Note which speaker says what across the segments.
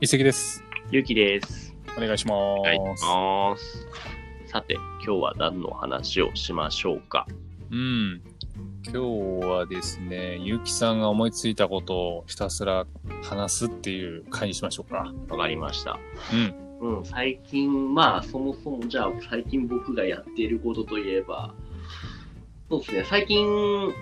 Speaker 1: 一石です。
Speaker 2: ゆうきです。
Speaker 1: お願いしま
Speaker 2: はい。
Speaker 1: す。
Speaker 2: あーすさて、今日は何の話をしましょうか。
Speaker 1: うん。今日はですね、ゆうきさんが思いついたことをひたすら話すっていう回にしましょうか。
Speaker 2: わかりました。
Speaker 1: うん。
Speaker 2: うん、最近、まあ、そもそも、じゃあ、最近僕がやっていることといえば、そうですね、最近、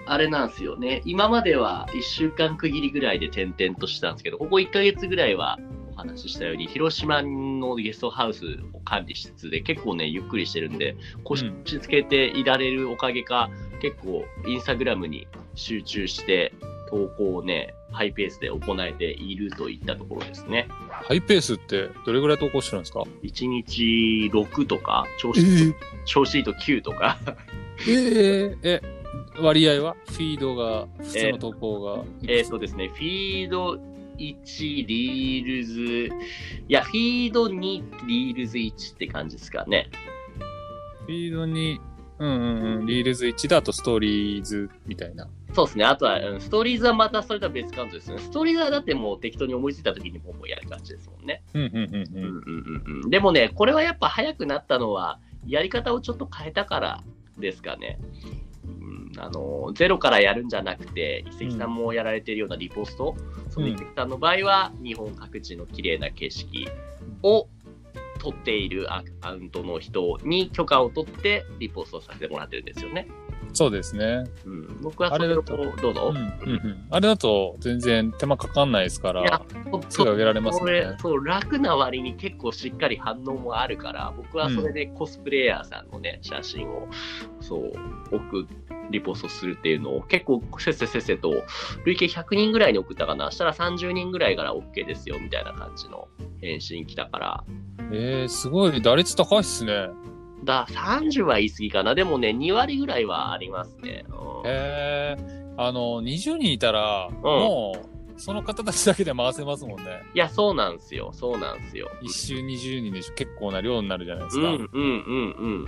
Speaker 2: あれなんですよね、今までは1週間区切りぐらいで転々としてたんですけど、ここ1ヶ月ぐらいは、お話ししたように、広島のゲストハウスを管理しつつで、結構ね、ゆっくりしてるんで、腰つけていられるおかげか、結構、インスタグラムに集中して、投稿をね、ハイペースで行えているといったところですね。
Speaker 1: ハイペースってどれぐらい投稿してるんですか
Speaker 2: 1日6とか、調子調子いいと9とか、
Speaker 1: えええ、割合はフィードが、普通の投稿が。
Speaker 2: えっとですね、フィード1、リールズ、いや、フィード2、リールズ1って感じですかね。
Speaker 1: フィードに、うんうんうん、リールズ1だとストーリーズみたいな。
Speaker 2: そうですね、あとは、うんストーリーズはまたそれとは別感じですね。ストーリーズはだってもう適当に思いついた時にポンポンやる感じですもんね。
Speaker 1: うんうんうん
Speaker 2: う
Speaker 1: う。
Speaker 2: んうんんうんうん。でもね、これはやっぱ早くなったのは、やり方をちょっと変えたからですかね。うん、あのゼロからやるんじゃなくて、一石さんもやられてるようなリポスト、その一石さんの場合は、日本各地の綺麗な景色を撮っているアカウントの人に許可を取って、リポストさせてもらってるんですよね。
Speaker 1: そうですね。
Speaker 2: うん、僕はそれを
Speaker 1: あれだと
Speaker 2: どう
Speaker 1: う
Speaker 2: ぞ
Speaker 1: んう。んうん。あれだと全然手間かかんないですか
Speaker 2: いや
Speaker 1: ら、
Speaker 2: 本当
Speaker 1: すぐ上げられます
Speaker 2: そ
Speaker 1: よ
Speaker 2: れ
Speaker 1: ね。
Speaker 2: そう楽な割に結構しっかり反応もあるから僕はそれでコスプレイヤーさんのね、写真をそう送リポストするっていうのを結構せっせせっせと累計100人ぐらいに送ったかなしたら30人ぐらいから OK ですよみたいな感じの返信来たから
Speaker 1: えー、すごい、打率高いっすね。
Speaker 2: だ30は言い過ぎかなでもね2割ぐらいはありますね、うん
Speaker 1: へえあの、20人いたら、もう、その方たちだけで回せますもんね。
Speaker 2: いやそうなんですよそうなんですよ
Speaker 1: 1周20人でしょ、結構な量になるじゃないで
Speaker 2: う
Speaker 1: す
Speaker 2: んう
Speaker 1: か。
Speaker 2: んうんうん。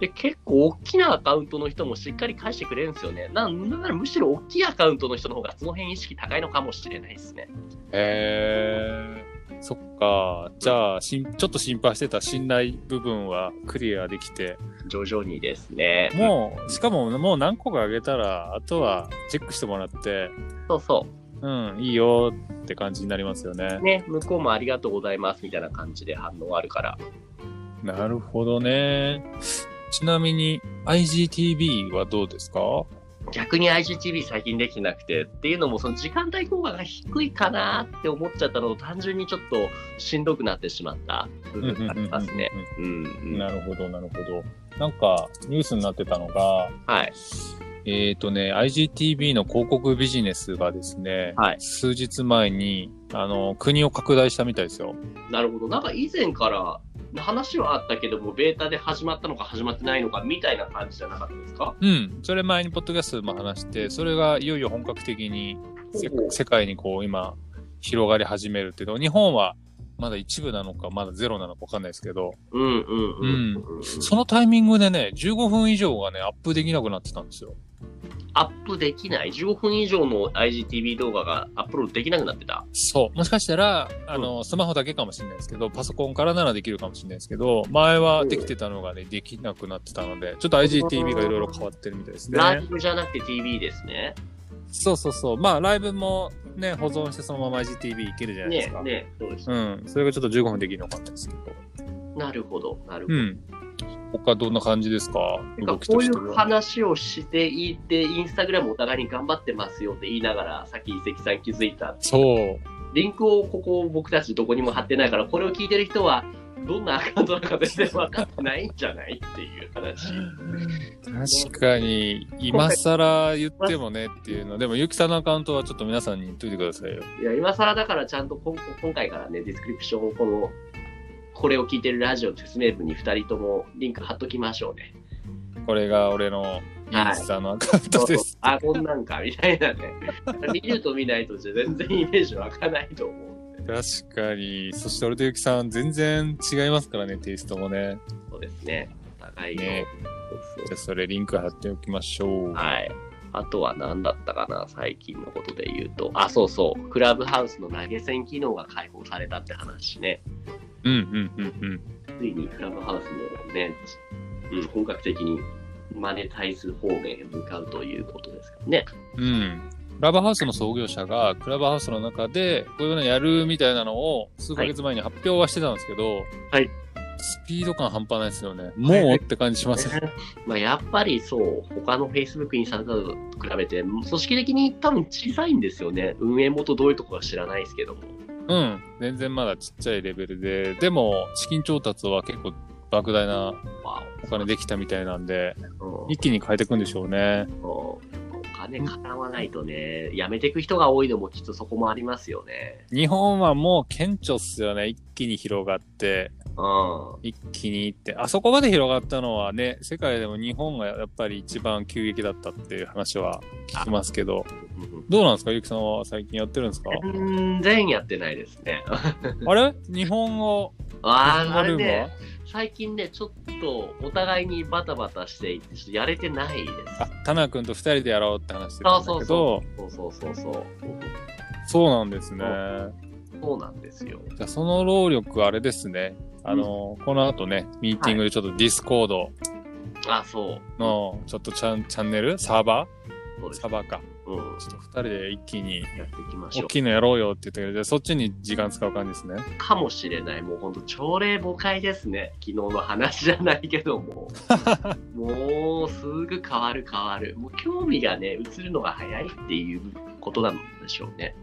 Speaker 2: で、結構大きなアカウントの人もしっかり返してくれるんですよね。なんなんならむしろ大きいアカウントの人の方がその辺意識高いのかもしれないですね。
Speaker 1: へえそっか。じゃあ、しんちょっと心配してた信頼部分はクリアできて、
Speaker 2: 徐々にですね。
Speaker 1: もう、しかももう何個かあげたら、あとはチェックしてもらって、
Speaker 2: そうそ
Speaker 1: うん、いいよって感じになりますよね
Speaker 2: う。。ね、向こうもありがとうございますみたいな感じで反応あるから。
Speaker 1: なるほどね。ちなみに、IGTV はどうですか
Speaker 2: 逆に IGTV 最近できてなくてっていうのもその時間帯効果が低いかなって思っちゃったのと単純にちょっとしんどくなってしまった部分がありますね。。うんうん。
Speaker 1: なるほど、なるほど。なんか、ニュースになってたのが、
Speaker 2: はい。
Speaker 1: えっ、とね、IGTV の広告ビジネスがですね、
Speaker 2: はい
Speaker 1: 数日前に、あの、国を拡大したみたいですよ。
Speaker 2: なるほど。なんか以前から話はあったけども、ベータで始まったのか始まってないのかみたいな感じじゃなかったですか
Speaker 1: うん。それ前にポッドキャストでも話して、それがいよいよ本格的にせ
Speaker 2: ほうほう
Speaker 1: 世界にこう今、広がり始めるっていうの日本はまだ一部なのか、まだゼロなのかわかんないですけど、
Speaker 2: うんうんうんうん。
Speaker 1: そのタイミングでね、15分以上がね、アップできなくなってたんですよ。
Speaker 2: アップできない ?15 分以上の IGTV 動画がアップロードできなくなってた
Speaker 1: そう。もしかしたら、あの、スマホだけかもしれないですけど、パソコンからならできるかもしれないですけど、前はできてたのがね、できなくなってたので、ちょっと IGTV がいろいろ変わってるみたいですね。
Speaker 2: ライブじゃなくて TV ですね。
Speaker 1: そうそうそう。まあ、ライブもね、保存してそのまま IGTV いけるじゃないです
Speaker 2: ね
Speaker 1: か。
Speaker 2: ねそうです、
Speaker 1: うん。それがちょっと15分できなかったですけど。
Speaker 2: なるほど、なるほ
Speaker 1: う
Speaker 2: ど。
Speaker 1: ん。他どんな感じですか
Speaker 2: なん
Speaker 1: 動
Speaker 2: か
Speaker 1: き
Speaker 2: ことうい
Speaker 1: しては。
Speaker 2: う話をしていて、インスタグラムお互いに頑張ってますよって言いながら、さっき遺跡さん気づいた
Speaker 1: そう。
Speaker 2: リンクをここ僕たちどこにも貼ってないから、これを聞いてる人はどんなアカウントなのか全然分かってないんじゃないっていう話。
Speaker 1: 確かに、今更言ってもねっていうの。でも、ゆきさんのアカウントはちょっと皆さんに言っといてくださいよ。
Speaker 2: いや、今更だからちゃんと今今回からね、ディスクリプションをこの、これを聞いてるラジオの説明文に2人ともリンク貼っときましょうね。
Speaker 1: これが俺のインスタのアカウントです。
Speaker 2: あ、こんなんかみたいなね。見ると見ないとじゃ全然イメージ湧かないと思うんで。
Speaker 1: 確かに。そして俺とゆきさん、全然違いますからね、テイストもね。
Speaker 2: そうですね。お互いの。
Speaker 1: ね
Speaker 2: そうそう
Speaker 1: じゃあ、それリンク貼っておきましょう。
Speaker 2: はい。あとは何だったかな、最近のことで言うと。あ、そうそう。クラブハウスの投げ銭機能が解放されたって話ね。
Speaker 1: うんうんうん
Speaker 2: ついにクラブハウスのね、うん、本格的にマネタイズ方面へ向かうということですからね。
Speaker 1: うん。うん。クラブハウスの創業者がクラブハウスの中でこういうのやるみたいなのを数ヶ月前に発表はしてたんですけど、
Speaker 2: はい。
Speaker 1: スピード感半端ないですよね。もうって感じしますね。
Speaker 2: まあ、やっぱりそう、他の Facebook インスタと比べて、組織的に多分小さいんですよね。運営元どういうとこか知らないですけども。
Speaker 1: うん。全然まだちっちゃいレベルで、でも資金調達は結構莫大な
Speaker 2: わ
Speaker 1: お金できたみたいなんで、
Speaker 2: お、うん
Speaker 1: 一気に変えていくんでしょうね。
Speaker 2: お金絡まないとね、やめていく人が多いのもきっとそこもありますよね。
Speaker 1: 日本はもう顕著っすよね。一気に広がって、
Speaker 2: うん。
Speaker 1: 一気にって。あそこまで広がったのはね、世界でも日本がやっぱり一番急激だったっていう話は聞きますけど、どうなんですかゆきさんは最近やってるんですか
Speaker 2: 全然やってないですね。
Speaker 1: あれ日本語、
Speaker 2: あ
Speaker 1: 日
Speaker 2: ー
Speaker 1: 本
Speaker 2: あ
Speaker 1: 語ル
Speaker 2: れ
Speaker 1: ームは
Speaker 2: ね、最近ね、ちょっとお互いにバタバタしていて、ちょっとやれてないです。
Speaker 1: あ、タナ君と二人でやろうって話してたんだけど、
Speaker 2: そうそそうそうそうそう。
Speaker 1: そうなんですね。
Speaker 2: そうなんですよ。
Speaker 1: じゃあその労力あれですね。あの、この後ね、ミーティングでちょっとディスコード
Speaker 2: あ、そう。
Speaker 1: の、ちょっとチャンチャンネルサーバ
Speaker 2: そう
Speaker 1: ー
Speaker 2: です
Speaker 1: サー。バーか。
Speaker 2: うん。
Speaker 1: ちょっと二人で一気に
Speaker 2: やっていきましょ
Speaker 1: 大
Speaker 2: う。
Speaker 1: きいのやろうよって言ったけど、じゃあそっちに時間使う感じですね。
Speaker 2: かもしれない。もうほんと朝礼誤解ですね。昨日の話じゃないけ ども。もうすぐ変わる変わる。もう興味がね、移るのが早いっていうことなんでしょうね。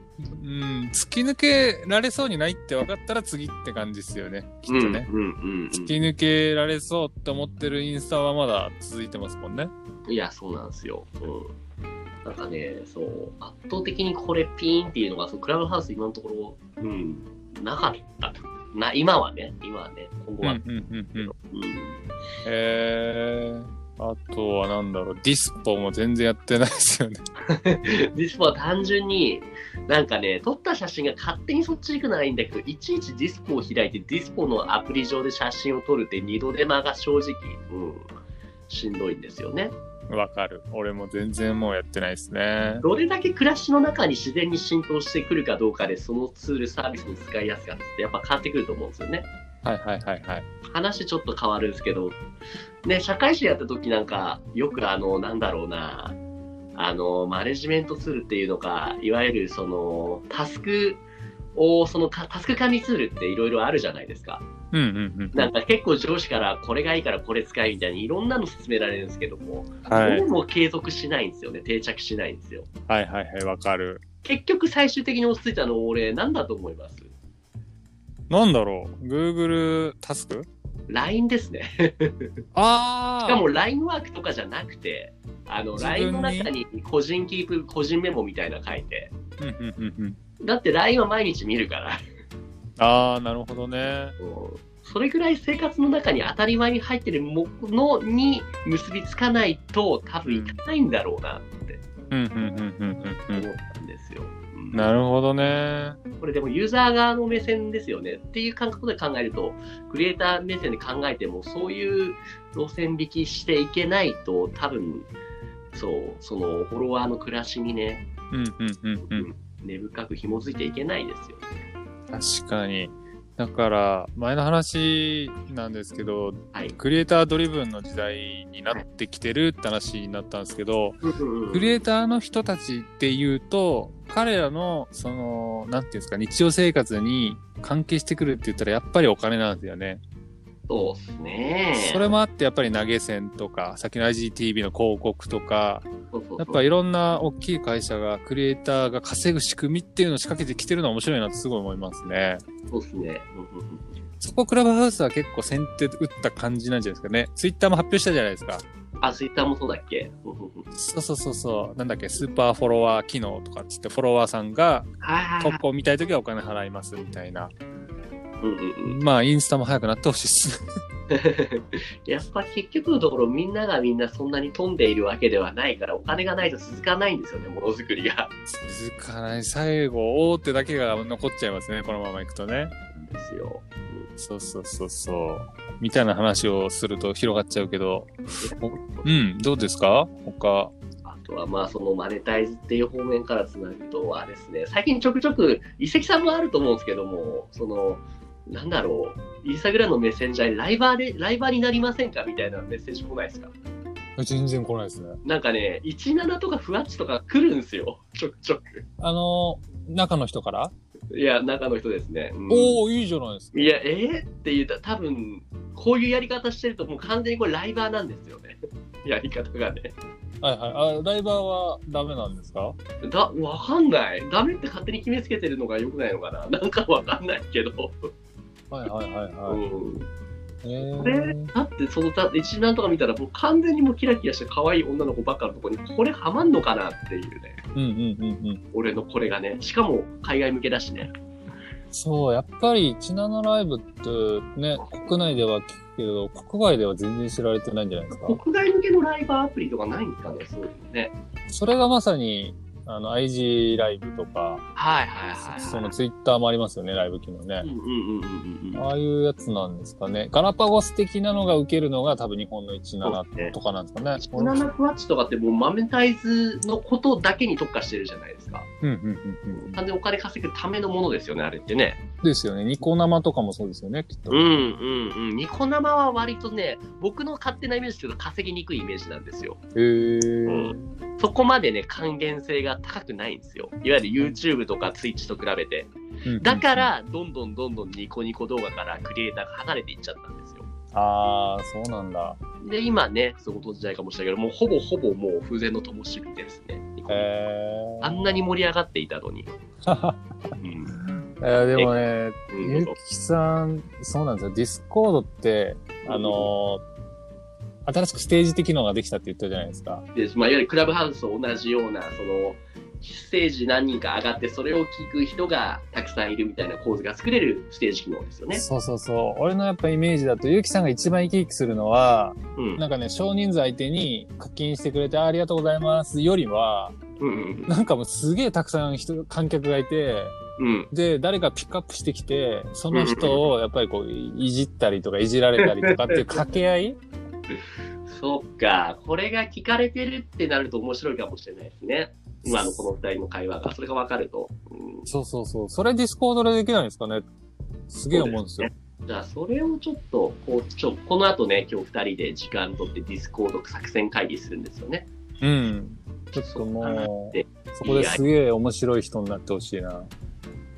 Speaker 1: うん、突き抜けられそうにないって分かったら次って感じですよね。きっとね。
Speaker 2: うんうん
Speaker 1: 突き抜けられそうって思ってるインスタはまだ続いてますもんね。
Speaker 2: うん。いや、そうなんですよ。うん。なんかね、そう、圧倒的にこれピーンっていうのが、そうクラブハウス今のところ、うん、なかった。な、今はね、今はね、今後
Speaker 1: うん
Speaker 2: は。
Speaker 1: うんうんうん。
Speaker 2: うん
Speaker 1: えー、あとはなんだろう、ディスポも全然やってないですよね。
Speaker 2: ディスポは単純に、なんかね、撮った写真が勝手にそっち行くならいいんだけど、いちいちディスポを開いて、ディスポのアプリ上で写真を撮るって二度手間が正直、うん、しんどいんですよね。
Speaker 1: わかる。俺も全然もうやってないですね。
Speaker 2: どれだけ暮らしの中に自然に浸透してくるかどうかで、そのツール、サービスの使いやすさってやっぱ変わってくると思うんですよね。
Speaker 1: はいはいはいはい。
Speaker 2: 話ちょっと変わるんですけど、ね、社会人やった時なんか、よくあの、なんだろうな、あの、マネジメントツールっていうのか、いわゆるその、タスクを、そのか、タスク管理ツールっていろいろあるじゃないですか。
Speaker 1: うんうんうん。
Speaker 2: なんか結構上司からこれがいいからこれ使いみたいにいろんなの勧められるんですけども、
Speaker 1: はい
Speaker 2: どうも継続しないんですよね、定着しないんですよ。
Speaker 1: はいはいはい、わかる。
Speaker 2: 結局最終的に落ち着いたの俺、なんだと思います
Speaker 1: なんだろう、Google タスク
Speaker 2: ?LINE ですね。
Speaker 1: あ
Speaker 2: し
Speaker 1: ー
Speaker 2: かも LINE ワークとかじゃなくて、あの
Speaker 1: 自分
Speaker 2: LINE
Speaker 1: に
Speaker 2: の中に個人キープ、個人メモみたいなの書いて、
Speaker 1: うんうんうんうん。
Speaker 2: だって LINE は毎日見るから、
Speaker 1: あー、なるほどね。
Speaker 2: うんそれぐらい生活の中に当たり前に入ってるものに結びつかないと、多分いかないんだろうなって
Speaker 1: うんうんうんうんうん
Speaker 2: 思ったんですよ。うん
Speaker 1: うん。なるほどね。
Speaker 2: これでもユーザー側の目線ですよねっていう感覚で考えると、クリエイター目線で考えても、そういう路線引きしていけないと、多分そう、そのフォロワーの暮らしにね、
Speaker 1: うんうんうんうん。
Speaker 2: 根深く紐づいていけないですよ。
Speaker 1: 確かに。だから、前の話なんですけど、
Speaker 2: はい
Speaker 1: クリエイタードリブンの時代になってきてるって話になったんですけど、クリエイターの人たちっていうと、彼らの、その、なんていうんですか、日常生活に関係してくるって言ったら、やっぱりお金なんですよね。
Speaker 2: そうですね。
Speaker 1: それもあって、やっぱり投げ銭とか、さっきの IGTV の広告とか、
Speaker 2: そうそうそう、
Speaker 1: やっぱいろんな大きい会社が、クリエイターが稼ぐ仕組みっていうのを仕掛けてきてるのは面白いなってすごい思いますね。
Speaker 2: そうですね。
Speaker 1: そこクラブハウスは結構先手打った感じなんじゃないですかね。ツイッターも発表したじゃないですか。
Speaker 2: あ、ツイッターもそうだっけ
Speaker 1: そうそうそうそう。なんだっけ、スーパーフォロワー機能とかっつって、フォロワーさんが
Speaker 2: はい
Speaker 1: 投稿見たいときはお金払いますみたいな。
Speaker 2: うんうんうん。
Speaker 1: まあ、インスタも早くなってほしいですね。
Speaker 2: やっぱ結局のところ、みんながみんなそんなに飛んでいるわけではないから、お金がないと続かないんですよね、ものづくりが。
Speaker 1: 続かない。最後、大手だけが残っちゃいますね。このままいくとね。
Speaker 2: ですよ。
Speaker 1: そうそうそうそう。みたいな話をすると広がっちゃうけど。
Speaker 2: うん
Speaker 1: うん、どうですか他。
Speaker 2: あととは、まあ、そのマネタイズっていう方面からつなぐと、あれですね、最近ちょくちょく、遺跡さんもあると思うんですけども、その、なんだろう、インスタグラムのメッセンジャーにライバーで、ライバーになりませんかみたいなメッセージ来ないですか
Speaker 1: 全然来ないですね。
Speaker 2: なんかね、17とかふわっちとか来るんですよ、ちょくちょく。
Speaker 1: あのー、中の人から、
Speaker 2: いや、中の人ですね。うん
Speaker 1: おおいいじゃないですか。
Speaker 2: いや、えー、って言ったら、多分こういうやり方してると、もう完全にこれ、ライバーなんですよね、 やり方がね。
Speaker 1: はいはい。あ、ライバーはダメなんですか
Speaker 2: だわかんない、ダメって勝手に決めつけてるのがよくないのかな、 なんかわかんないけど、
Speaker 1: はいはいはいは
Speaker 2: うん、
Speaker 1: い。え
Speaker 2: これ
Speaker 1: ー、
Speaker 2: だって、そのだって一覧とか見たら、もう完全にもうキラキラして可愛い女の子ばっかのとこに、これはまんのかなっていうね、
Speaker 1: うんうんうんうん。
Speaker 2: 俺のこれがね、しかも海外向けだしね。
Speaker 1: そう、やっぱり、チナのライブってね、国内では聞くけど、国外では全然知られてないんじゃないですか。
Speaker 2: 国外向けのライバーアプリとかないんですかね、そういうのね。
Speaker 1: それがまさに、あの、IG ライブとか、
Speaker 2: はいはいはい、はい。
Speaker 1: そのツイッターもありますよね、ライブ機能ね
Speaker 2: うん。うんうんうんうんうん。
Speaker 1: ああいうやつなんですかね。ガラパゴス的なのが受けるのが多分日本の17とかなんですかね。
Speaker 2: 17クワッチとかってもうマメタイズのことだけに特化してるじゃないですか。
Speaker 1: うんうんうんうん
Speaker 2: 完全にお金稼ぐためのものですよね、あれってね。
Speaker 1: ですよね。ニコ生とかもそうですよね、きっと。
Speaker 2: うんうんうん。ニコ生は割とね、僕の勝手なイメージですけど、稼ぎにくいイメージなんですよ。
Speaker 1: へー。
Speaker 2: そこまでね、還元性が高くないんですよ。いわゆる YouTube とか Twitch と比べて。だか、ら、どんどんどんどんニコニコ動画からクリエイターが離れていっちゃったんですよ。
Speaker 1: ああ、そうなんだ。
Speaker 2: で、今ね、その当時代かもしれないけど、もうほぼほぼもう風前の灯火ですね。ニコニコ
Speaker 1: えー、
Speaker 2: あんなに盛り上がっていたの に。うん
Speaker 1: えーでもね、
Speaker 2: うん
Speaker 1: ゆきさん、そうなんですよ。ディスコードって、あのー新しくステージって機能ができたって言ったじゃないですか。
Speaker 2: でまあ、いわゆるクラブハウスと同じようなそのステージ何人か上がってそれを聞く人がたくさんいるみたいな構図が作れるステージ機能ですよね。
Speaker 1: そうそうそう。俺のやっぱイメージだと、ゆきさんが一番生き生きするのは、
Speaker 2: うん
Speaker 1: なんかね、少人数相手に課金してくれてあありがとうございますよりは、
Speaker 2: うん
Speaker 1: なんかもうすげえたくさん人、観客がいて、
Speaker 2: うんうん
Speaker 1: で、誰かピックアップしてきて、その人をやっぱりこう、いじったりとか、いじられたりとかっていう掛け合い
Speaker 2: そっかこれが聞かれてるってなると面白いかもしれないですね今のこの二人の会話がそれが分かると、う
Speaker 1: そうそうそう。それディスコードでできないんですかねすげえ思うんですよ。
Speaker 2: ん、じゃあそれをちょっとこうちょこの後ね今日二人で時間取ってディスコード作戦会議するんですよね。
Speaker 1: うん。ちょっとも
Speaker 2: で
Speaker 1: う、そこですげえ面白い人になってほしいな。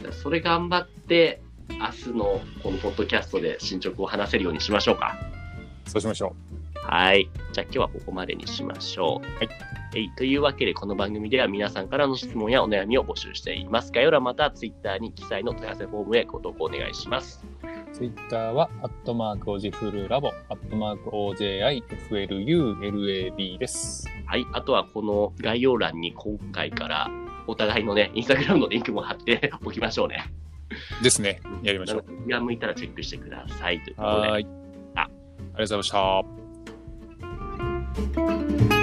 Speaker 2: じゃあそれ頑張って明日のこのポッドキャストで進捗を話せるようにしましょうか。
Speaker 1: そうしましょ
Speaker 2: はい。じゃあ今日はここまでにしましょう。
Speaker 1: はい。
Speaker 2: えいというわけで、この番組では皆さんからの質問やお悩みを募集しています。概要欄または Twitter に記載の問い合わせフォームへご投稿お願いします。
Speaker 1: う。ツイッターは、アットマークオジフルラボ、アットマーク OJIFLULAB です。
Speaker 2: はい。あとはこの概要欄に今回からお互いのね、インスタグラムのリンクも貼っておきましょうね。
Speaker 1: ですね。やりましょう。
Speaker 2: なので気が向いたらチェックしてください。ということで。
Speaker 1: はーい。あ
Speaker 2: あ
Speaker 1: りがとうございました。